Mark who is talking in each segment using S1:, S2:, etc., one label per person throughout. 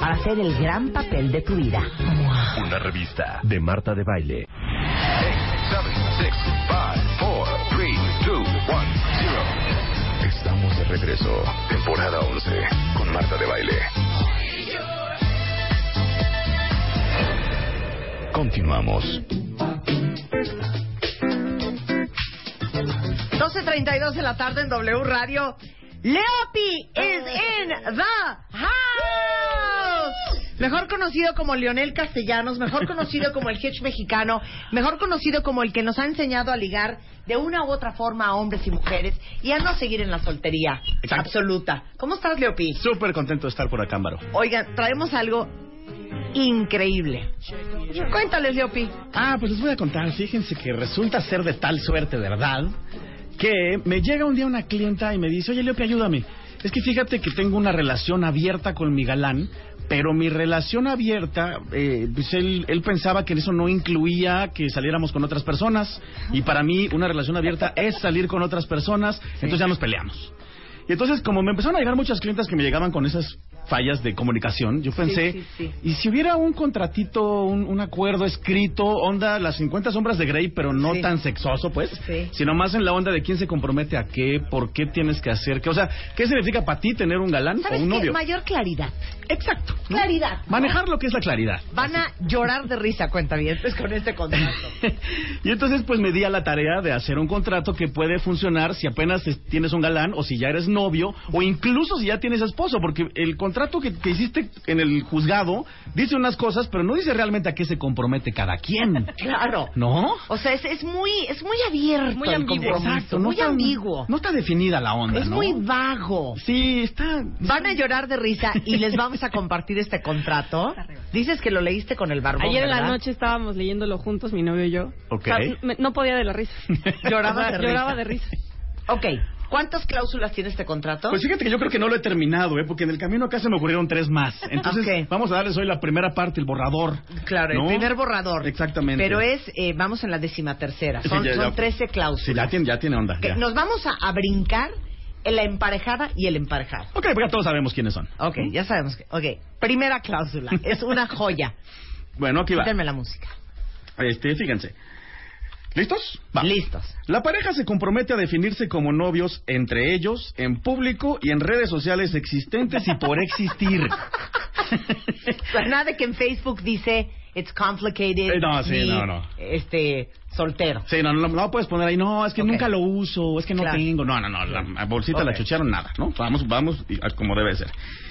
S1: para hacer el gran papel de tu vida.
S2: Una revista de Marta de Baile. Estamos de regreso. Temporada 11 con Marta de Baile. Continuamos.
S1: 12.32 de la tarde en W Radio. Leopi is in the house. Mejor conocido como Leonel Castellanos, mejor conocido como el Hitch mexicano, mejor conocido como el que nos ha enseñado a ligar de una u otra forma a hombres y mujeres y a no seguir en la soltería
S3: Exacto.
S1: absoluta. ¿Cómo estás, Leopi?
S3: Súper contento de estar por acá, Maro.
S1: Oigan, traemos algo increíble. Cuéntales, Leopi.
S3: Ah, pues les voy a contar. Fíjense que resulta ser de tal suerte, ¿verdad? Que me llega un día una clienta y me dice, oye, Leopi, ayúdame. Es que fíjate que tengo una relación abierta con mi galán, pero mi relación abierta, eh, pues él, él pensaba que eso no incluía que saliéramos con otras personas. Y para mí, una relación abierta es salir con otras personas, entonces ya nos peleamos. Y entonces, como me empezaron a llegar muchas clientas que me llegaban con esas fallas de comunicación, yo pensé,
S1: sí, sí.
S3: y si hubiera un contratito, un, un acuerdo escrito, onda las 50 sombras de Grey, pero no
S1: Sí.
S3: tan sexoso, pues,
S1: Sí.
S3: sino más en la onda de quién se compromete a qué, por qué tienes que hacer qué, o sea, qué significa para ti tener un galán o
S1: ¿Sabes
S3: un
S1: qué?
S3: novio.
S1: Mayor claridad.
S3: Exacto. ¿no?
S1: Claridad. ¿no?
S3: Manejar lo que es la claridad.
S1: Van a llorar de risa, cuenta bien, pues con este contrato.
S3: y entonces pues me di a la tarea de hacer un contrato que puede funcionar si apenas es- tienes un galán o si ya eres novio o incluso si ya tienes esposo, porque el contrato que, que hiciste en el juzgado dice unas cosas, pero no dice realmente a qué se compromete cada quien.
S1: Claro.
S3: ¿No?
S1: O sea, es, es muy es muy abierto,
S3: Muy
S1: el
S3: ambiguo.
S1: compromiso,
S3: Exacto,
S1: muy
S3: está-
S1: ambiguo.
S3: No está definida la onda,
S1: es
S3: ¿no?
S1: muy vago.
S3: Sí, está...
S1: Van a llorar de risa y les vamos a compartir este contrato. Dices que lo leíste con el barbón.
S4: Ayer en la
S1: ¿verdad?
S4: noche estábamos leyéndolo juntos, mi novio y yo.
S3: Ok.
S4: O sea, me- no podía de la risa.
S1: Llorabas de risa.
S4: Lloraba de risa.
S1: Ok. ¿Cuántas cláusulas tiene este contrato?
S3: Pues fíjate que yo creo que no lo he terminado, ¿eh? Porque en el camino acá se me ocurrieron tres más. Entonces,
S1: Ok.
S3: vamos a darles hoy la primera parte, el borrador.
S1: Claro,
S3: ¿no?
S1: el primer borrador.
S3: Exactamente.
S1: Pero es, eh, vamos en la decimatercera.
S3: Sí,
S1: Son,
S3: ya- ya-
S1: son 13 cláusulas.
S3: Pues Sí, ya tiene, ya tiene onda.
S1: Que
S3: ya.
S1: Nos vamos a, a brincar en la emparejada y el emparejado.
S3: Ok, porque ya todos sabemos quiénes son.
S1: Ok, ya sabemos que. Ok, primera cláusula. Es una joya.
S3: Bueno, aquí va.
S1: Quítenme la música.
S3: Este, fíjense. ¿Listos? Va.
S1: Listos.
S3: La pareja se compromete a definirse como novios entre ellos, en público y en redes sociales existentes y por existir.
S1: Pues Nada de que en Facebook dice it's complicated.
S3: Eh, no, sí,
S1: ni,
S3: no, no.
S1: Este, soltero.
S3: Sí, no, no, no puedes poner ahí, no, es que
S1: Ok.
S3: nunca lo uso, es que no
S1: Claro.
S3: tengo. No, no, no, la bolsita
S1: Ok.
S3: la chucharon nada, ¿no? Vamos, vamos, y- a- como debe ser.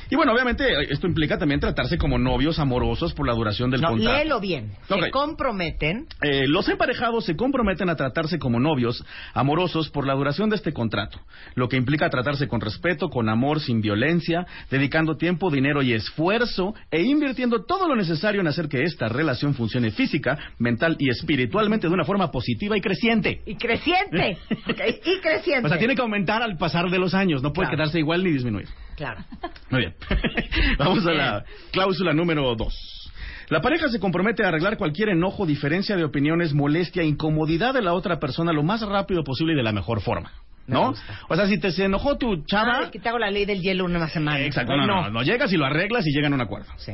S3: Y bueno, obviamente, eh, esto implica también tratarse como novios amorosos por la duración del
S1: No,
S3: contrato.
S1: léelo bien.
S3: Ok.
S1: Se comprometen.
S3: Eh, los emparejados se comprometen a tratarse como novios amorosos por la duración de este contrato, lo que implica tratarse con respeto, con amor, sin violencia, dedicando tiempo, dinero y esfuerzo e invirtiendo todo lo necesario en hacer que esta relación funcione física, mental y espiritualmente de una forma positiva y creciente.
S1: Y creciente. Ok, y creciente.
S3: O sea, tiene que aumentar al pasar de los años, no puede
S1: Claro.
S3: quedarse igual ni disminuir.
S1: Claro.
S3: Muy bien. Vamos a la cláusula número dos. La pareja se compromete a arreglar cualquier enojo, diferencia de opiniones, molestia, incomodidad de la otra persona lo más rápido posible y de la mejor forma.
S1: Me
S3: ¿No?
S1: gusta.
S3: O sea, si te se enojó tu
S1: Ah,
S3: chava. Ah,
S1: es que te hago la ley del hielo una semana.
S3: Exacto, no, no, no, no. Llegas y lo arreglas y llegan a un acuerdo.
S1: Sí.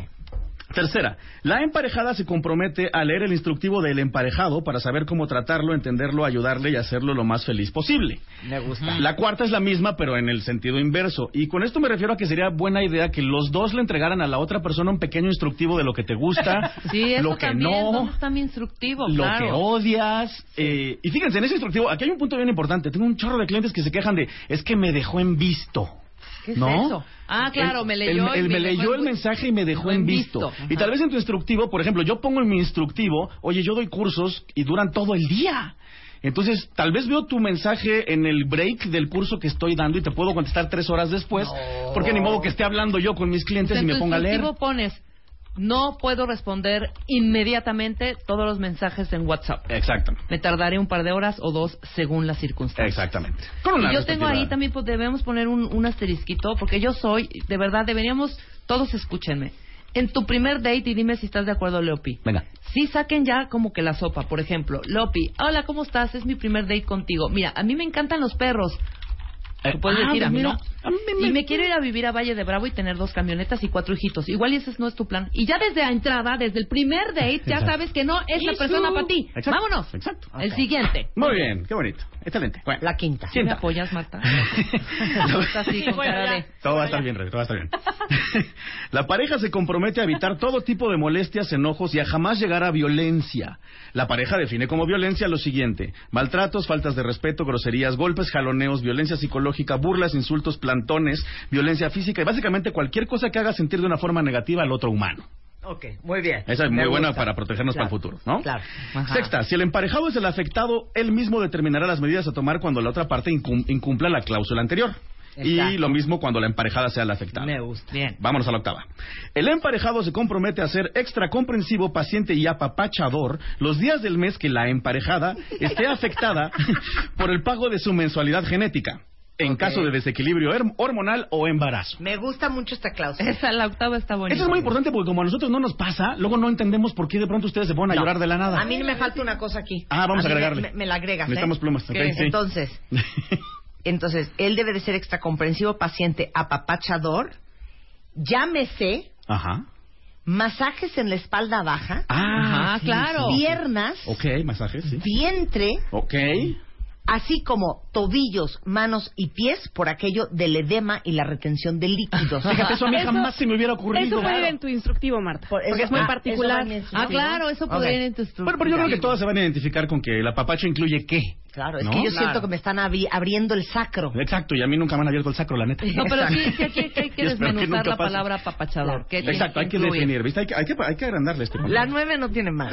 S3: Tercera, la emparejada se compromete a leer el instructivo del emparejado para saber cómo tratarlo, entenderlo, ayudarle y hacerlo lo más feliz posible.
S1: Me gusta.
S3: La cuarta es la misma, pero en el sentido inverso. Y con esto me refiero a que sería buena idea que los dos le entregaran a la otra persona un pequeño instructivo de lo que te gusta,
S5: Sí, eso
S3: lo que
S5: también,
S3: no,
S5: entonces también instructivo,
S3: lo
S5: claro.
S3: que odias. eh, y fíjense, en ese instructivo, aquí hay un punto bien importante. Tengo un chorro de clientes que se quejan de, es que me dejó en visto.
S5: ¿Qué es
S3: ¿No?
S5: eso? Ah, claro,
S3: Él-
S5: me leyó.
S3: él-
S5: y
S3: él me leyó
S5: dejó
S3: el mensaje y me dejó en visto. Y tal vez en tu instructivo, por ejemplo, yo pongo en mi instructivo, oye, yo doy cursos y duran todo el día. Entonces, tal vez veo tu mensaje en el break del curso que estoy dando y te puedo contestar tres horas después, porque ni modo que esté hablando yo con mis clientes
S5: Entonces,
S3: y me
S5: en tu
S3: ponga a leer.
S5: instructivo pones, no puedo responder inmediatamente todos los mensajes en WhatsApp.
S3: Exactamente.
S5: Me tardaré un par de horas o dos según las circunstancias.
S3: Exactamente.
S5: Y
S3: una
S5: yo tengo
S3: respectiva-
S5: ahí también, pues, debemos poner un, un asterisquito, porque yo soy, de verdad, deberíamos, todos escúchenme. En tu primer date, y dime si estás de acuerdo, Leopi.
S3: Venga.
S5: Sí, saquen ya como que la sopa, por ejemplo. Leopi, hola, ¿cómo estás? Es mi primer date contigo. Mira, a mí me encantan los perros.
S3: Eh,
S5: Tú puedes
S3: ah,
S5: decir a mí,
S3: mira,
S5: ¿no?
S3: a mí
S5: Y me quiero ir a vivir a Valle de Bravo y tener dos camionetas y cuatro hijitos. Igual y ese no es tu plan. Y ya desde la entrada, desde el primer date, ya
S3: Exacto.
S5: sabes que no es la
S3: Eso.
S5: persona para ti.
S3: Exacto.
S5: Vámonos.
S3: Exacto.
S5: El
S1: Ok.
S5: siguiente.
S3: Muy bien, qué bonito. Excelente. Bueno.
S1: La quinta.
S5: ¿Sí me
S3: Sienta.
S5: apoyas, Marta?
S3: Lo-
S5: Está así con
S4: Bueno,
S5: cara
S4: ya.
S5: de...
S3: Todo va a estar bien, Rey, todo va a estar bien. La pareja se compromete a evitar todo tipo de molestias, enojos y a jamás llegar a violencia. La pareja define como violencia lo siguiente: maltratos, faltas de respeto, groserías, golpes, jaloneos, violencia psicológica, burlas, insultos, plantones, violencia física y básicamente cualquier cosa que haga sentir de una forma negativa al otro humano.
S1: Ok, muy bien.
S3: Esa es
S1: Me
S3: muy buena
S1: gusta.
S3: para protegernos
S1: Claro,
S3: para el futuro, ¿no?
S1: Claro. Ajá.
S3: Sexta, si el emparejado es el afectado, él mismo determinará las medidas a tomar cuando la otra parte incum- incumpla la cláusula anterior. Y
S1: Exacto.
S3: lo mismo cuando la emparejada sea la afectada.
S1: Me gusta. Bien.
S3: Vámonos a la octava. El emparejado se compromete a ser extra comprensivo, paciente y apapachador los días del mes que la emparejada esté afectada por el pago de su mensualidad genética, en caso de desequilibrio herm- hormonal o embarazo.
S1: Me gusta mucho esta cláusula.
S5: Esa, la octava está bonita.
S3: Eso es muy importante porque como a nosotros no nos pasa, luego no entendemos por qué de pronto ustedes se ponen a llorar de la nada.
S1: A mí me falta una cosa aquí.
S3: Ah, vamos a
S1: mí me-
S3: agregarle.
S1: Me, me la agregas. ¿eh?
S3: Necesitamos plumas, ok,
S1: ¿Qué?
S3: sí.
S1: Entonces, entonces, él debe de ser extracomprensivo, paciente, apapachador. Llámese
S3: Ajá.
S1: masajes en la espalda baja,
S3: Ah,
S5: Ajá, claro.
S1: piernas,
S3: Ok, masajes, sí.
S1: vientre,
S3: Ok.
S1: así como tobillos, manos y pies por aquello del edema y la retención de líquidos.
S3: Fíjate, eso a mí
S4: Eso-
S3: jamás se me hubiera ocurrido.
S4: Eso puede ir en tu instructivo, Marta.
S1: Por-
S4: porque
S1: eso-
S4: es muy
S1: ah,
S4: particular.
S1: eso va en el-
S5: Ah, claro, eso
S1: Ok.
S5: podría ir en tus...
S3: Bueno, pero yo creo que todas se van a identificar con que el apapacho incluye qué.
S1: Claro, es
S3: ¿No?
S1: que yo siento que me están abri- abriendo el sacro.
S3: Exacto, y a mí nunca me han abierto el sacro, la neta.
S5: No, pero sí, sí, aquí hay que, hay que
S3: Yo espero que
S5: desmenuzar
S3: nunca
S5: la
S3: pase.
S5: palabra apapachador. que tiene
S3: Exacto, hay que
S5: incluir.
S3: definir, ¿viste? Hay que, hay que, hay que agrandarle este
S1: La
S3: momento.
S1: nueve no tiene más.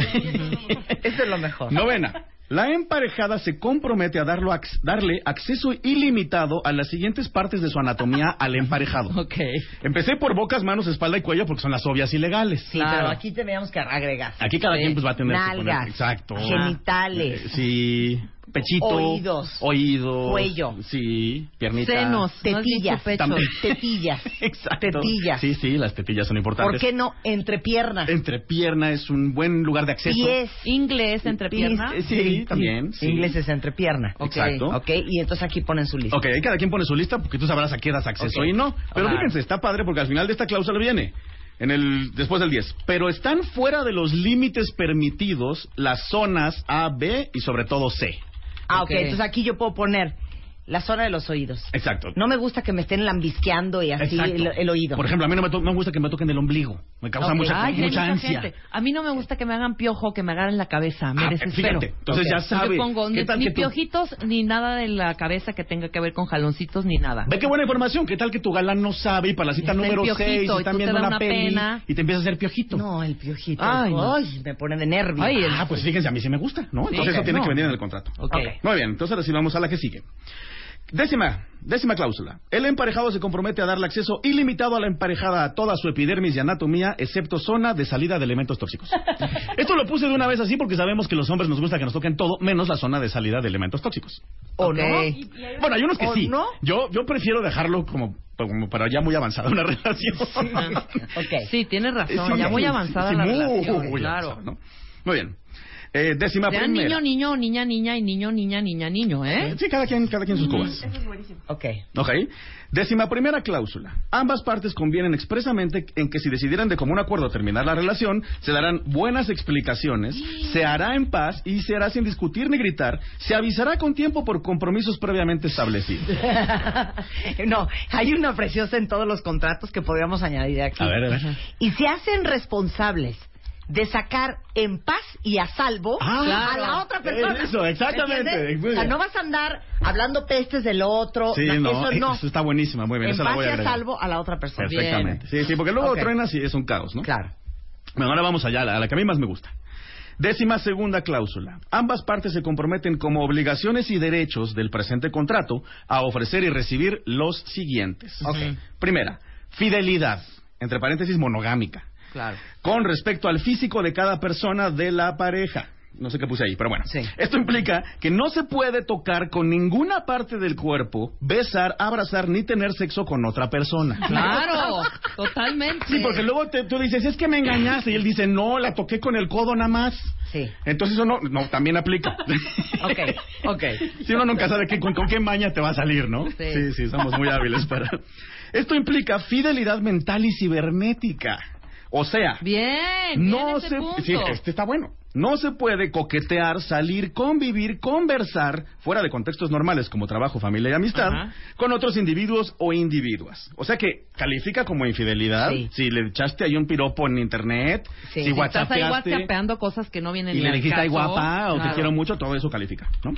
S1: Esto es lo mejor.
S3: Novena. La emparejada se compromete a darlo ac- darle acceso ilimitado a las siguientes partes de su anatomía al emparejado.
S5: Ok.
S3: Empecé por bocas, manos, espalda y cuello porque son las obvias ilegales.
S1: Sí, pero aquí teníamos que agregar.
S3: Aquí cada quien pues va a tener que poner-
S1: Nalgas.
S3: exacto.
S1: Genitales.
S3: Eh, Sí, pechito,
S1: Oídos.
S3: oídos,
S1: Cuello.
S3: Sí, piernita.
S5: Senos. no has
S1: Tetillas.
S5: dicho pechos.
S3: También.
S1: Tetillas.
S3: Exacto.
S1: Tetillas.
S3: Sí, sí, las tetillas son
S1: ¿Por
S3: importantes.
S1: qué no entrepiernas?
S3: Entre pierna es un buen lugar de acceso.
S1: Pies.
S5: Inglés entre piernas.
S3: Sí, también. sí.
S1: Inglés es entrepierna.
S3: Ok. Exacto.
S1: Ok, y entonces aquí ponen su lista.
S3: Ok, ahí cada quien pone su lista porque tú sabrás a qué das acceso
S1: Ok.
S3: y no. Pero
S1: Ajá.
S3: fíjense, está padre porque al final de esta cláusula viene. En el, después del 10. Pero están fuera de los límites permitidos las zonas A, B y sobre todo C.
S1: Ah, ok,
S5: Ok.
S1: entonces aquí yo puedo poner la zona de los oídos.
S3: Exacto.
S1: No me gusta que me estén lambisqueando y así
S3: Exacto.
S1: el, el oído.
S3: Por ejemplo, a mí no me, to- no me gusta que me toquen el ombligo. Me causa
S1: Ok.
S3: mucha,
S5: Ay, hay
S3: mucha
S5: mucha
S3: ansia.
S5: gente. A mí no me gusta que me hagan piojo, que me agarren la cabeza. Me
S3: Ah,
S5: desespero.
S3: fíjate, entonces
S5: Ok.
S3: ya sabe.
S5: Yo pongo
S3: ¿Qué
S5: ni,
S3: tal
S5: ni
S3: que tú-
S5: piojitos, ni nada de la cabeza que tenga que ver con jaloncitos, ni nada.
S3: Ve qué buena información. ¿Qué tal que tu galán no sabe y para la cita
S5: Está el
S3: número
S5: piojito
S3: 6
S5: y
S3: están
S5: tú te
S3: viendo
S5: da
S3: una,
S5: una
S3: peli
S5: pena.
S3: y te empieza a hacer piojito?
S1: No, el piojito. Ay,
S5: Ay, no.
S1: me pone de nervio.
S5: Ay, el-
S3: Ah, pues fíjense, a mí sí me gusta, ¿no? Entonces
S5: Sí,
S3: eso tiene
S5: no.
S3: que venir en el contrato.
S5: Ok.
S3: Muy bien, entonces ahora sí vamos a la que sigue. Décima, décima cláusula. El emparejado se compromete a darle acceso ilimitado a la emparejada a toda su epidermis y anatomía, excepto zona de salida de elementos tóxicos. Esto lo puse de una vez así porque sabemos que los hombres nos gusta que nos toquen todo, menos la zona de salida de elementos tóxicos.
S1: ¿O
S5: Ok.
S1: no?
S3: Bueno, hay unos que
S1: ¿O
S3: sí.
S1: no?
S3: Yo, yo prefiero dejarlo como, como para ya muy avanzada una relación.
S1: Ok.
S5: Sí, tienes razón.
S3: Sí,
S5: ya muy
S3: sí,
S5: avanzada
S3: sí,
S5: la
S3: muy
S5: relación.
S3: avanzada,
S5: claro.
S3: ¿no? Muy bien. Eh, décima
S5: Será
S3: primera.
S5: niño, niño, niña, niña y niño, niña, niña, niño, ¿eh?
S3: Sí, cada quien, cada quien sus cubas.
S1: Ok.
S3: Ok. Décima primera cláusula. Ambas partes convienen expresamente en que si decidieran de común acuerdo terminar la relación, se darán buenas explicaciones, se hará en paz y se hará sin discutir ni gritar, se avisará con tiempo por compromisos previamente establecidos.
S1: no, hay una preciosa en todos los contratos que podríamos añadir aquí.
S3: A ver, a ver.
S1: Y se hacen responsables de sacar en paz y a salvo
S3: Ah,
S1: a
S3: claro.
S1: la otra persona.
S3: Es eso, exactamente.
S1: ¿Entiendes?
S3: Muy
S1: O sea,
S3: bien.
S1: no vas a andar hablando pestes del otro.
S3: Sí,
S1: na-
S3: no,
S1: eso no.
S3: eso está buenísima, muy bien,
S1: en
S3: eso
S1: paz
S3: la voy
S1: y
S3: a
S1: a
S3: agregar.
S1: salvo a la otra persona.
S3: Perfectamente. Sí, sí, porque luego
S1: Ok.
S3: truenas y es un caos, ¿no?
S1: Claro.
S3: Bueno, ahora vamos allá, a la, a la que a mí más me gusta. Décima segunda cláusula. Ambas partes se comprometen como obligaciones y derechos del presente contrato a ofrecer y recibir los siguientes. Primera, fidelidad, entre paréntesis monogámica,
S5: Claro.
S3: con respecto al físico de cada persona de la pareja. No sé qué puse ahí, pero bueno.
S1: Sí.
S3: Esto implica que no se puede tocar con ninguna parte del cuerpo, besar, abrazar ni tener sexo con otra persona.
S5: Claro, totalmente.
S3: Sí, porque luego te- tú dices, es que me engañaste. Y él dice, no, la toqué con el codo nada más.
S1: Sí.
S3: Entonces eso no, no también aplica.
S1: Ok, ok.
S3: Si uno nunca sabe qué- con, con qué maña te va a salir, ¿no?
S5: Sí.
S3: sí, somos muy hábiles para... Esto implica fidelidad mental y cibernética. O sea,
S5: Bien,
S3: no
S5: bien ese
S3: se...
S5: punto.
S3: sí, este está bueno. No se puede coquetear, salir, convivir, conversar, fuera de contextos normales como trabajo, familia y amistad,
S5: Ajá.
S3: con otros individuos o individuas. O sea que califica como infidelidad
S1: Sí.
S3: si le echaste ahí un piropo en internet,
S1: Sí. Si
S3: si
S5: Si estás ahí
S3: whatsappeaste
S5: whatsappeando cosas que no vienen
S3: y
S5: ni
S3: le
S5: al
S3: dijiste ay
S5: caso,
S3: guapa o te
S5: claro.
S3: quiero mucho, todo eso califica, ¿no?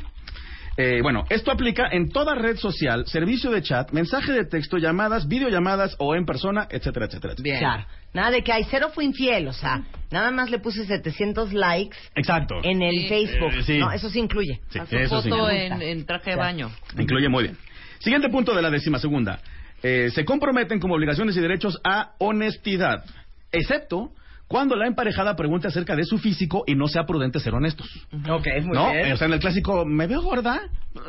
S3: Eh, bueno, esto aplica en toda red social, servicio de chat, mensaje de texto, llamadas, videollamadas o en persona, etcétera, etcétera. etcétera.
S5: Bien.
S1: Claro. Nada de que ay, cero fue infiel, o sea, nada más le puse 700 likes
S3: Exacto.
S1: en el
S5: Sí.
S1: Facebook.
S3: Eh, sí.
S1: No, eso sí incluye.
S3: Sí,
S5: A su
S3: eso sí.
S5: foto
S1: me
S5: en,
S1: gusta.
S5: en traje de
S1: Claro.
S5: baño.
S3: Incluye muy bien. Siguiente punto de la décima segunda. Eh, se comprometen como obligaciones y derechos a honestidad, excepto cuando la emparejada pregunte acerca de su físico y no sea prudente ser honestos.
S1: Ok, muy
S3: ¿No?
S1: bien.
S3: O sea, en el clásico, ¿me veo gorda?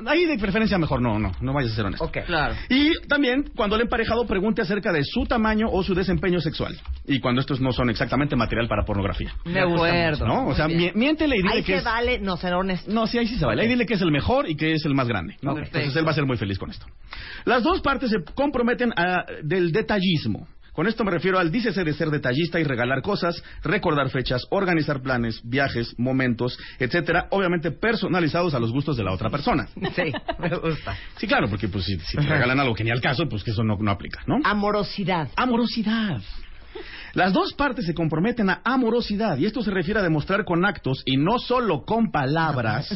S3: Ahí de preferencia mejor no, no, no vayas a ser honesto.
S1: Ok.
S5: Claro.
S3: Y también cuando el emparejado pregunte acerca de su tamaño o su desempeño sexual. Y cuando estos no son exactamente material para pornografía.
S5: Me acuerdo.
S3: ¿No? O sea,
S5: Muy bien.
S3: mi- miéntele y dile
S1: Ahí
S3: que
S1: se
S3: es...
S1: vale no ser honesto.
S3: No, sí, ahí sí se vale. Ahí dile que es el mejor y que es el más grande. ¿no?
S5: Ok.
S3: Entonces él va a ser muy feliz con esto. Las dos partes se comprometen a, del detallismo. Con esto me refiero al dícese de ser detallista y regalar cosas, recordar fechas, organizar planes, viajes, momentos, etcétera, obviamente personalizados a los gustos de la otra persona.
S1: Sí, me gusta.
S3: Sí, claro, porque pues si, si te regalan algo que ni al caso, pues que eso no, no aplica, ¿no?
S1: Amorosidad.
S3: Amorosidad. Las dos partes se comprometen a amorosidad y esto se refiere a demostrar con actos y no solo con palabras.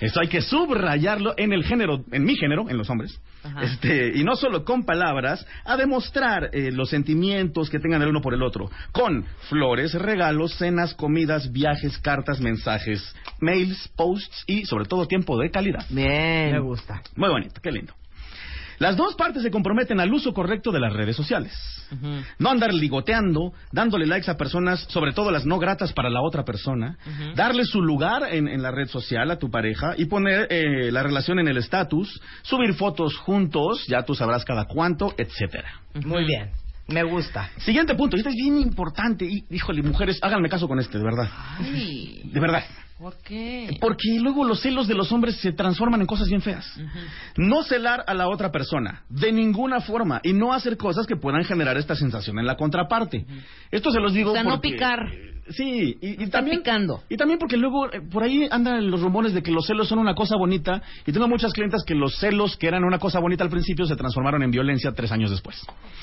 S3: Eso hay que subrayarlo en el género, en mi género, en los hombres.
S5: Ajá.
S3: Este, y no solo con palabras, a demostrar eh, los sentimientos que tengan el uno por el otro. Con flores, regalos, cenas, comidas, viajes, cartas, mensajes, mails, posts y sobre todo tiempo de calidad.
S1: Bien. Me gusta.
S3: Muy bonito, qué lindo. Las dos partes se comprometen al uso correcto de las redes sociales.
S5: Ujú.
S3: No andar ligoteando, dándole likes a personas, sobre todo las no gratas para la otra persona. Darle su lugar en, en la red social a tu pareja y poner eh, la relación en el estatus. Subir fotos juntos, ya tú sabrás cada cuánto, etcétera.
S1: Muy bien. Me gusta.
S3: Siguiente punto, y este es bien importante. Y, híjole, mujeres, háganme caso con este, de verdad.
S5: Ay,
S3: De verdad.
S5: ¿por qué?
S3: Porque luego los celos de los hombres se transforman en cosas bien feas. No celar a la otra persona, de ninguna forma, y no hacer cosas que puedan generar esta sensación en la contraparte. Esto se los digo
S5: O sea, no
S3: porque-
S5: picar.
S3: Sí, y- y, también...
S5: picando.
S3: Y también porque luego eh, por ahí andan los rumores de que los celos son una cosa bonita, y tengo muchas clientas que los celos que eran una cosa bonita al principio se transformaron en violencia tres años después.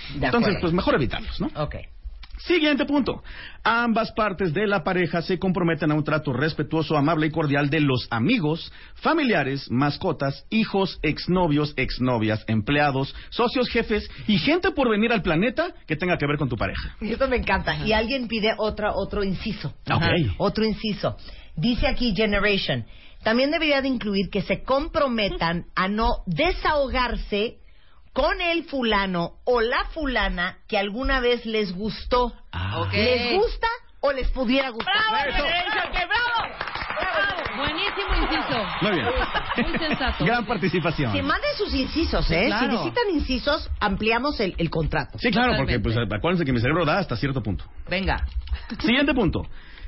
S1: De
S3: Entonces,
S1: acuerdo.
S3: pues mejor evitarlos, ¿no?
S1: Ok.
S3: Siguiente punto. Ambas partes de la pareja se comprometen a un trato respetuoso, amable y cordial de los amigos, familiares, mascotas, hijos, exnovios, exnovias, empleados, socios, jefes y gente por venir al planeta que tenga que ver con tu pareja.
S1: Esto me encanta. Y alguien pide otra, otro inciso.
S3: Ok.
S1: Otro inciso. Dice aquí Generation. También debería de incluir que se comprometan a no desahogarse con el fulano o la fulana que alguna vez les gustó.
S3: Ah.
S5: Ok.
S1: ¿Les gusta o les pudiera gustar?
S5: ¡Bravo, Federico, que bravo! ¡Bravo! Buenísimo inciso.
S3: Muy bien.
S5: Muy sensato.
S3: Gran
S5: Muy bien.
S3: participación.
S1: Que manden sus incisos, ¿eh?
S5: Claro.
S1: Si necesitan incisos, ampliamos el, el contrato.
S3: Sí, claro, porque
S5: Totalmente.
S3: pues, acuérdense que mi cerebro da hasta cierto punto.
S5: Venga.
S3: Siguiente punto.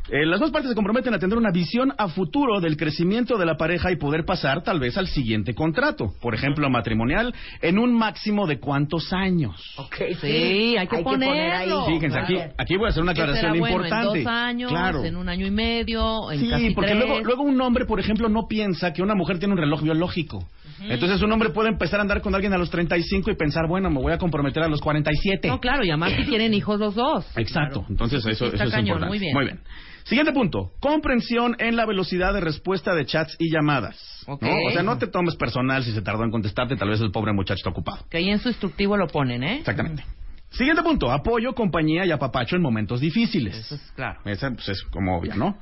S3: Eh, las dos partes se comprometen a tener una visión a futuro del crecimiento de la pareja y poder pasar tal vez al siguiente contrato, por ejemplo matrimonial, en un máximo de cuántos años.
S1: Ok,
S5: Sí, hay que ponerlo.
S1: ahí.
S3: Fíjense, aquí,
S5: Oh, claro.
S3: aquí voy a hacer una
S5: ¿Qué será
S3: aclaración
S5: Este bueno
S3: importante.
S5: En dos años,
S3: claro.
S5: en un año y medio, en
S3: Sí,
S5: casi
S3: porque
S5: tres.
S3: luego, luego un hombre, por ejemplo, no piensa que una mujer tiene un reloj biológico. Entonces un hombre puede empezar a andar con alguien a los 35 y pensar, bueno, me voy a comprometer a los 47.
S5: No, claro, y además si tienen hijos los dos.
S3: eh. Exacto. Entonces eso,
S5: Está
S3: eso es
S5: cañón,
S3: importante.
S5: muy bien.
S3: Siguiente punto. Comprensión en la velocidad de respuesta de chats y llamadas. ¿no?
S5: Ok.
S3: O sea, no te tomes personal si se tardó en contestarte. Tal vez el pobre muchacho está ocupado.
S5: Que ahí en su instructivo lo ponen, ¿eh?
S3: Exactamente. Siguiente punto. Apoyo, compañía y apapacho en momentos difíciles.
S5: Eso es claro.
S3: Esa pues, es como obvia, ¿no?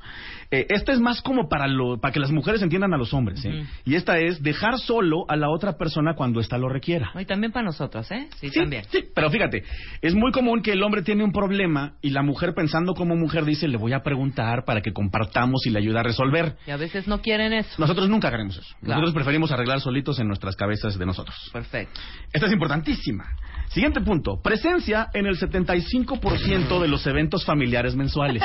S3: Eh, esta es más como para, lo, para que las mujeres entiendan a los hombres, ¿eh?
S5: Ujú.
S3: Y esta es dejar solo a la otra persona cuando ésta lo requiera.
S5: No, Y también para nosotros, ¿eh? Sí,
S3: Sí,
S5: también.
S3: sí, pero fíjate, es muy común que el hombre tiene un problema y la mujer pensando como mujer dice, le voy a preguntar para que compartamos y le ayude a resolver.
S5: Y a veces no quieren eso.
S3: Nosotros nunca haremos eso.
S5: Claro.
S3: Nosotros preferimos arreglar solitos en nuestras cabezas de nosotros.
S5: Perfecto.
S3: Esta es importantísima. Siguiente punto, presencia en el 75% de los eventos familiares mensuales.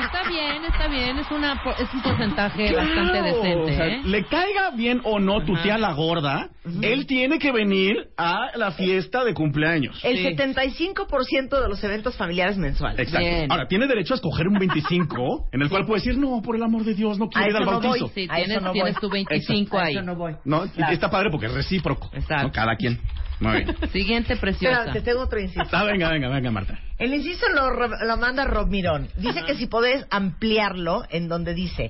S5: Está bien, está bien. Es, una, po- es un porcentaje
S3: Claro,
S5: bastante decente,
S3: o sea,
S5: ¿eh?
S3: Le caiga bien o no tu
S5: Ajá.
S3: tía la gorda, él tiene que venir a la fiesta de cumpleaños.
S1: El
S5: Sí.
S1: 75% de los eventos familiares mensuales.
S3: Exacto.
S5: bien.
S3: Ahora, tiene derecho a escoger un 25 en el cual puede decir, no, por el amor de Dios, no quiero
S1: A
S3: ir al
S1: eso no
S3: bautizo.
S1: voy,
S5: Sí,
S1: A eso
S5: tienes,
S1: no
S5: tienes
S1: voy.
S5: tu 25
S1: A
S5: ahí.
S1: eso no voy.
S3: ¿No? Y
S1: Claro.
S3: está padre porque es recíproco.
S5: Exacto.
S3: ¿no? Cada quien. Muy bien.
S5: Siguiente preciosa.
S1: Espera, te tengo otro inciso.
S3: Ah, venga, venga, venga, Marta.
S1: El inciso lo, re- lo manda Rob Mirón. Dice que si podés ampliarlo, en donde dice: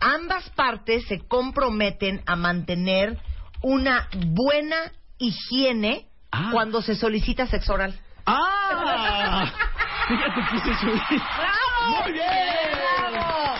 S1: ambas partes se comprometen a mantener una buena higiene
S3: Ah.
S1: cuando se solicita sexo oral.
S3: ¡Ah! Fíjate que hice subir.
S1: ¡Bravo!
S3: ¡Muy bien!
S1: ¡Bravo!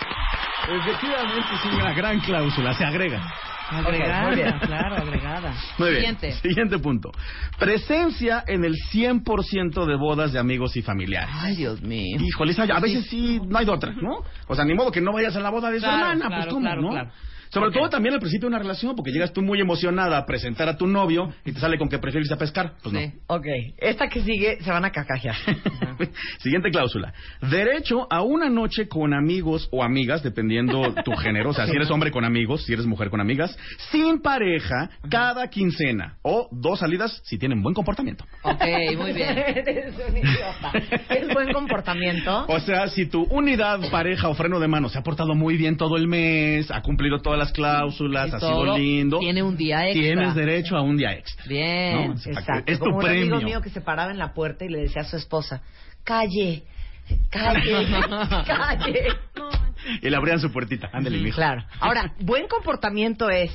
S3: Efectivamente, es una gran cláusula. Se agrega.
S1: Ok, muy bien.
S5: Agregada, claro, agregada.
S3: Muy bien.
S5: Siguiente.
S3: Siguiente punto. Presencia en el 100% de bodas de amigos y familiares.
S5: Ay, Dios mío.
S3: Híjole, esa- a veces sí no hay de otra, ¿no? O sea, ni modo que no vayas a la boda de su
S5: Claro,
S3: hermana,
S5: claro,
S3: pues cómo,
S5: claro,
S3: ¿no?
S5: claro.
S3: Sobre
S5: Ok.
S3: todo también al principio de una relación, porque llegas tú muy emocionada a presentar a tu novio y te sale con que prefieres irse a pescar. Pues
S5: Sí.
S1: Ok, esta que sigue se van a cacajear.
S3: no. Siguiente cláusula. Derecho a una noche con amigos o amigas, dependiendo tu género. O sea, si eres hombre con amigos, si eres mujer con amigas, sin pareja, cada quincena. O dos salidas si tienen buen comportamiento.
S5: Ok, muy bien.
S1: Eres un idiota. Es buen comportamiento.
S3: O sea, si tu unidad, pareja o freno de mano se ha portado muy bien todo el mes, ha cumplido todas las cláusulas,
S5: Y
S3: ha
S5: todo,
S3: sido lindo,
S5: Tiene un día extra.
S3: tienes derecho a un día extra.
S5: Bien.
S3: No, exacto.
S1: Eh, Exacto.
S3: Es tu
S1: Como un
S3: premio.
S1: amigo mío que se paraba en la puerta y le decía a su esposa, calle, calle, calle.
S3: Y le abrían su puertita. Ándale, mijo.
S1: Claro. Ahora, buen comportamiento es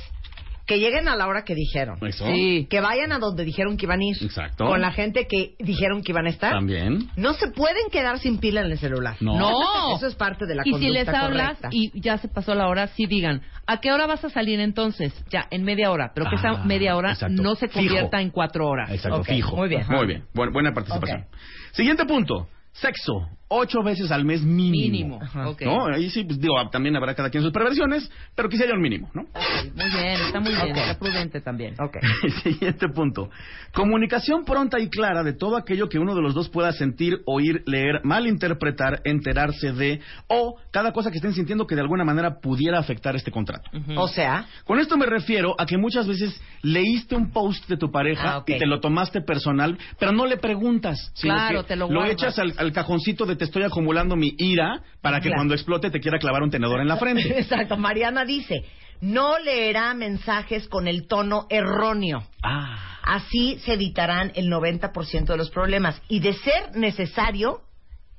S1: que lleguen a la hora que dijeron.
S3: Eso.
S5: Sí.
S1: Que vayan a donde dijeron que iban a ir.
S3: Exacto.
S1: Con la gente que dijeron que iban a estar.
S3: También.
S1: No se pueden quedar sin pila en el celular.
S3: No.
S5: No.
S1: Eso es parte de la
S5: Y si
S1: conducta
S5: les hablas
S1: correcta.
S5: y ya se pasó la hora, sí digan, ¿a qué hora vas a salir entonces? Ya, en media hora. Pero que esa
S3: Ah,
S5: media hora
S3: exacto.
S5: no se convierta
S3: Fijo.
S5: en cuatro horas.
S3: Exacto,
S1: Ok,
S3: fijo.
S1: muy bien.
S3: Muy bien. Buen- buena participación. Siguiente punto. Sexo. Ocho veces al mes mínimo.
S5: Mínimo. Ajá. Ok.
S3: ¿No? Ahí sí, pues, digo, también habrá cada quien sus perversiones, pero quisiera un mínimo, ¿no?
S5: Muy bien, está muy bien,
S1: Ok.
S5: está prudente también.
S1: Ok.
S3: Siguiente punto. Comunicación pronta y clara de todo aquello que uno de los dos pueda sentir, oír, leer, malinterpretar, enterarse de o cada cosa que estén sintiendo que de alguna manera pudiera afectar este contrato.
S5: Ujú.
S1: O sea,
S3: Con esto me refiero a que muchas veces leíste un post de tu pareja
S5: Ah, ok.
S3: y te lo tomaste personal, pero no le preguntas. sino
S5: Claro,
S3: que
S5: te lo guardas.
S3: echas al, al cajoncito de te estoy acumulando mi ira para que
S1: Claro.
S3: cuando explote te quiera clavar un tenedor en la frente.
S1: exacto. Mariana dice, no leerá mensajes con el tono erróneo.
S3: ah,
S1: Así se evitarán el 90% de los problemas. Y de ser necesario,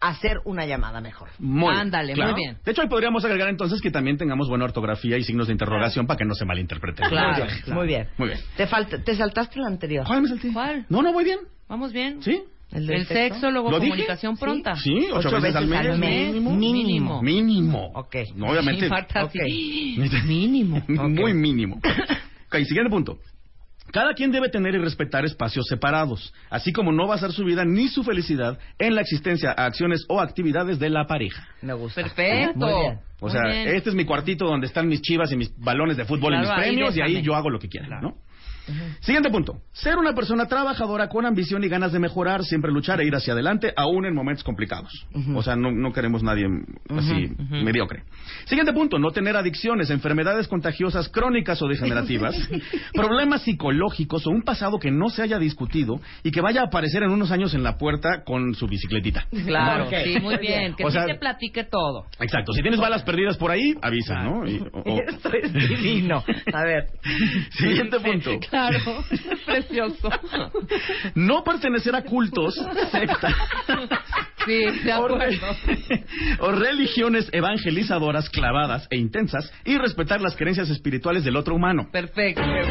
S1: hacer una llamada mejor.
S3: muy
S5: Ándale, muy
S3: claro.
S5: bien.
S3: De hecho, ahí podríamos agregar entonces que también tengamos buena ortografía y signos de interrogación para que no se malinterprete.
S5: Claro,
S3: Muy bien.
S1: Muy bien.
S3: Muy bien.
S1: Te, falta, te saltaste el anterior.
S3: ¿Cuál me salté?
S5: ¿Cuál?
S3: No, no, voy bien.
S5: ¿Vamos bien?
S3: ¿Sí?
S1: ¿El
S5: El,
S1: del sexo?
S5: sexo, luego
S3: ¿Lo dije?
S5: comunicación pronta.
S3: Sí, ocho, veces, al mes.
S1: mínimo.
S5: Mínimo.
S3: Mínimo.
S1: Ok.
S3: No, obviamente.
S5: Sí, Marta,
S1: ok.
S5: sí. Mínimo.
S3: Muy mínimo. Ok, siguiente punto. Cada quien debe tener y respetar espacios separados, así como no basar su vida ni su felicidad en la existencia, acciones o actividades de la pareja.
S1: Me gusta.
S5: Perfecto.
S1: Muy bien.
S3: O
S5: Muy
S3: sea,
S5: bien.
S3: este es mi cuartito donde están mis chivas y mis balones de fútbol
S5: Claro,
S3: y mis
S5: ahí
S3: premios y ahí
S5: déjame.
S3: yo hago lo que quiera, ¿no? Siguiente punto. Ser una persona trabajadora con ambición y ganas de mejorar, siempre luchar e ir hacia adelante, aún en momentos complicados. O sea, no, no queremos nadie así mediocre. Siguiente punto. No tener adicciones, enfermedades contagiosas crónicas o degenerativas, problemas psicológicos o un pasado que no se haya discutido y que vaya a aparecer en unos años en la puerta con su bicicletita.
S5: Claro,
S3: Ok.
S5: sí, muy bien. Que
S3: O
S5: sí
S3: sea-
S5: te platique todo.
S3: Exacto. Si tienes balas perdidas por ahí, avisa, ¿no? Y- o- o-
S1: Esto es divino. A ver.
S3: Siguiente punto.
S5: Claro, precioso.
S3: No pertenecer a cultos, sectas
S5: Sí, de
S3: o, re-
S5: acuerdo.
S3: o religiones evangelizadoras clavadas e intensas y respetar las creencias espirituales del otro humano.
S5: Perfecto. Bien.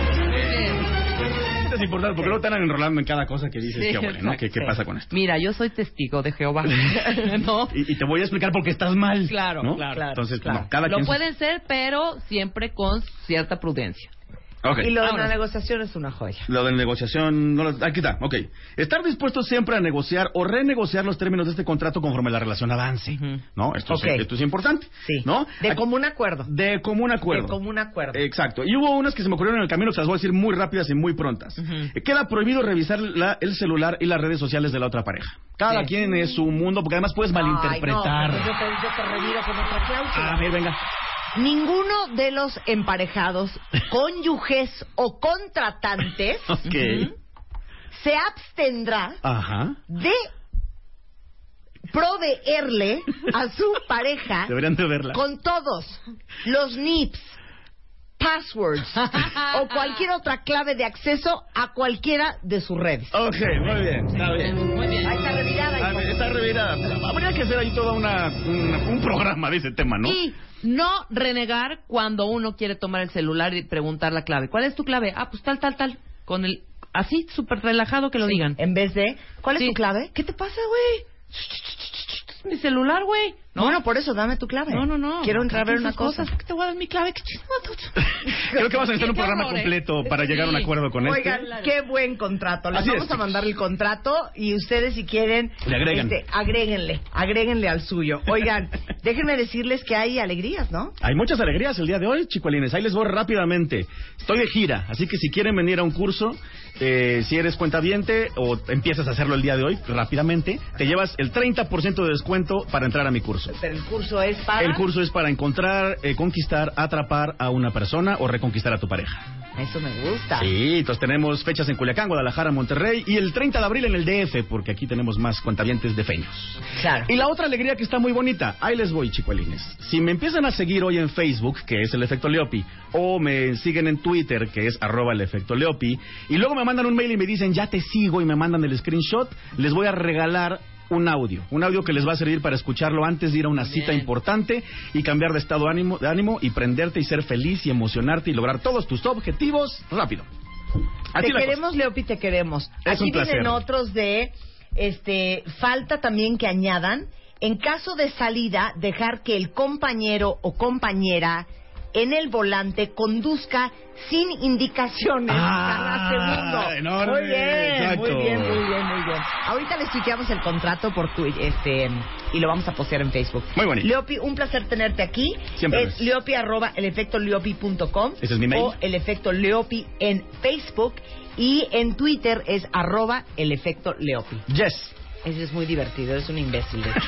S3: Esto es importante porque luego te andan enrolando en cada cosa que dices,
S5: Sí,
S3: qué bueno, ¿no? ¿Qué, qué
S5: exacto.
S3: pasa con esto?
S5: Mira, yo soy testigo de Jehová. ¿No?
S3: Y, y te voy a explicar por qué estás mal.
S5: Claro,
S3: ¿no?
S5: claro,
S3: Entonces,
S1: claro.
S3: no, cada
S5: Lo
S3: quien... su-
S5: pueden ser, pero siempre con cierta prudencia.
S3: Ok.
S1: Y lo de la
S5: vámonos.
S1: negociación es una joya.
S3: Lo de la negociación, no lo- aquí está, ok. Estar dispuesto siempre a negociar o renegociar los términos de este contrato conforme la relación avance,
S5: Ujú.
S3: ¿no? Esto,
S1: Ok.
S3: es, esto es importante,
S1: Sí.
S3: ¿no?
S1: De
S3: Aquí-
S1: común acuerdo.
S3: de común acuerdo.
S1: De común acuerdo.
S3: Exacto. Y hubo unas que se me ocurrieron en el camino que las voy a decir muy rápidas y muy prontas. Eh, Queda prohibido revisar la- el celular y las redes sociales de la otra pareja. Cada
S5: Sí.
S3: quien es su mundo, porque además puedes malinterpretar.
S1: Ay, no, pues yo, te, yo te reviro con otra cláusula.
S3: A ver, venga.
S1: Ninguno de los emparejados, cónyuges o contratantes
S3: Ok.
S1: se abstendrá
S3: Ajá.
S1: de proveerle a su pareja
S3: Deberían de verla.
S1: con todos los NIPs, passwords o cualquier otra clave de acceso a cualquiera de sus redes.
S3: Ok, muy bien. Está bien.
S5: Muy bien.
S1: Ahí está revirada,
S3: A
S1: hijo.
S3: ver, Ah, está revirada. Habría que hacer ahí todo una, una- un programa de ese tema, ¿no?
S5: Y no renegar cuando uno quiere tomar el celular y preguntar la clave. ¿Cuál es tu clave? Ah, pues tal, tal, tal. Con el así súper relajado que lo digan.
S1: En vez de, ¿cuál es
S5: Sí.
S1: tu clave?
S5: ¿Qué te pasa, güey? Es mi celular, güey.
S1: No, no, por eso dame tu clave.
S5: No, no, no.
S1: Quiero entrar a ver una
S5: Esas
S1: cosa.
S5: cosas. ¿Qué te voy a dar mi clave? ¿Qué chingado?
S3: Creo que vamos a necesitar un
S5: Qué
S3: programa
S5: horror, ¿eh?
S3: completo para llegar a un
S5: Sí.
S3: acuerdo con este.
S1: Oigan, qué buen contrato. Les
S3: Así es,
S1: vamos a
S3: chicos.
S1: mandar el contrato y ustedes si quieren... este,
S3: Le agregan.
S1: agréguenle, agréguenle al suyo. Oigan, déjenme decirles que hay alegrías, ¿no?
S3: Hay muchas alegrías el día de hoy, chicuelines. Ahí les voy rápidamente. Estoy de gira, así que si quieren venir a un curso, eh, si eres cuentaviente o empiezas a hacerlo el día de hoy rápidamente, te llevas el 30% de descuento para entrar a mi curso.
S1: Pero el curso es para...
S3: El curso es para encontrar, eh, conquistar, atrapar a una persona o reconquistar a tu pareja.
S1: Eso me gusta.
S3: Sí, entonces tenemos fechas en Culiacán, Guadalajara, Monterrey y el 30 de abril en el DF, porque aquí tenemos más cuentavientes de feños.
S1: Claro.
S3: Y la otra alegría que está muy bonita, ahí les voy, chicuelines. Si me empiezan a seguir hoy en Facebook, que es el efecto Leopi, o me siguen en Twitter, que es arroba el efecto Leopi, y luego me mandan un mail y me dicen ya te sigo y me mandan el screenshot, les voy a regalar un audio, un audio que les va a servir para escucharlo antes de ir a una cita
S5: Bien.
S3: importante y cambiar de estado ánimo- de ánimo y prenderte y ser feliz y emocionarte y lograr todos tus objetivos rápido. Así
S1: Te
S3: la cosa.
S1: queremos, Leopi, te queremos.
S3: Es
S1: Aquí
S3: un placer.
S1: vienen otros de, este, falta también que añadan, en caso de salida, dejar que el compañero o compañera en el volante conduzca sin indicaciones
S3: Ah,
S1: cada segundo.
S3: enorme,
S1: muy bien, muy
S3: exacto.
S1: bien, muy bien, muy bien. Ahorita les tuiteamos el contrato por tu, este, y lo vamos a postear en Facebook.
S3: Muy bonito.
S1: Leopi, un placer tenerte aquí.
S3: Siempre
S1: Es
S3: es.
S1: Leopi arroba elefectoleopi.com.
S3: Ese es mi mail.
S1: O el efecto Leopi en Facebook y en Twitter es arroba el efecto Leopi.
S3: Yes.
S1: Ese es muy divertido, es un imbécil. de hecho.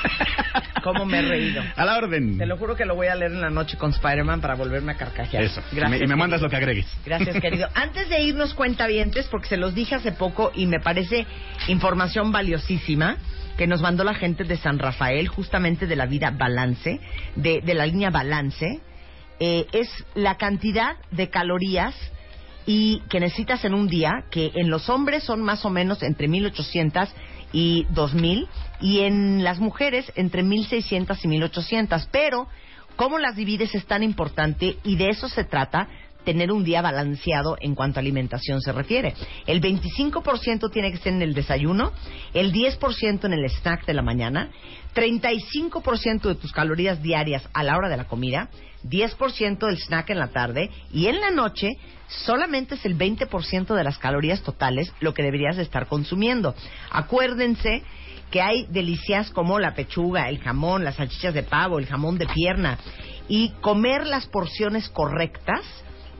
S1: Cómo me he reído.
S3: A la orden.
S1: Te lo juro que lo voy a leer en la noche con Spider-Man para volverme a carcajear.
S3: Eso. Y me-
S1: Gracias.
S3: y me
S1: querido.
S3: mandas lo que agregues.
S1: Gracias, querido. Antes de irnos cuentavientes, porque se los dije hace poco y me parece información valiosísima que nos mandó la gente de San Rafael, justamente de la vida balance, de, de la línea balance, eh, es la cantidad de calorías y que necesitas en un día, que en los hombres son más o menos entre 1800 y 2000 y en las mujeres entre 1600 y 1800, pero cómo las divides es tan importante y de eso se trata tener un día balanceado en cuanto a alimentación se refiere. El 25% tiene que ser en el desayuno, el 10% en el snack de la mañana, 35% de tus calorías diarias a la hora de la comida, 10% del snack en la tarde y en la noche solamente es el 20% de las calorías totales lo que deberías de estar consumiendo. Acuérdense que hay delicias como la pechuga, el jamón, las salchichas de pavo, el jamón de pierna y comer las porciones correctas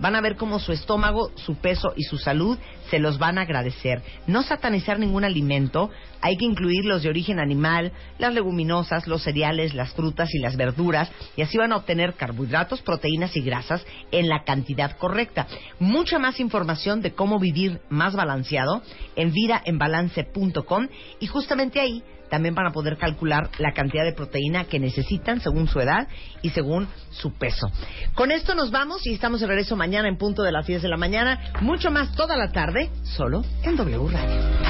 S1: Van a ver cómo su estómago, su peso y su salud se los van a agradecer. No satanizar ningún alimento, hay que incluir los de origen animal, las leguminosas, los cereales, las frutas y las verduras, y así van a obtener carbohidratos, proteínas y grasas en la cantidad correcta. Mucha más información de cómo vivir más balanceado en viraenbalance.com y justamente ahí también van a poder calcular la cantidad de proteína que necesitan según su edad y según su peso. Con esto nos vamos y estamos de regreso mañana en punto de las 10 de la mañana, mucho más toda la tarde, solo en W Radio.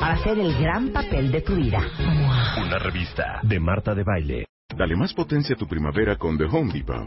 S1: para hacer el gran papel de tu vida.
S6: Una revista de Marta de Baile.
S7: Dale más potencia a tu primavera con The Home Depot.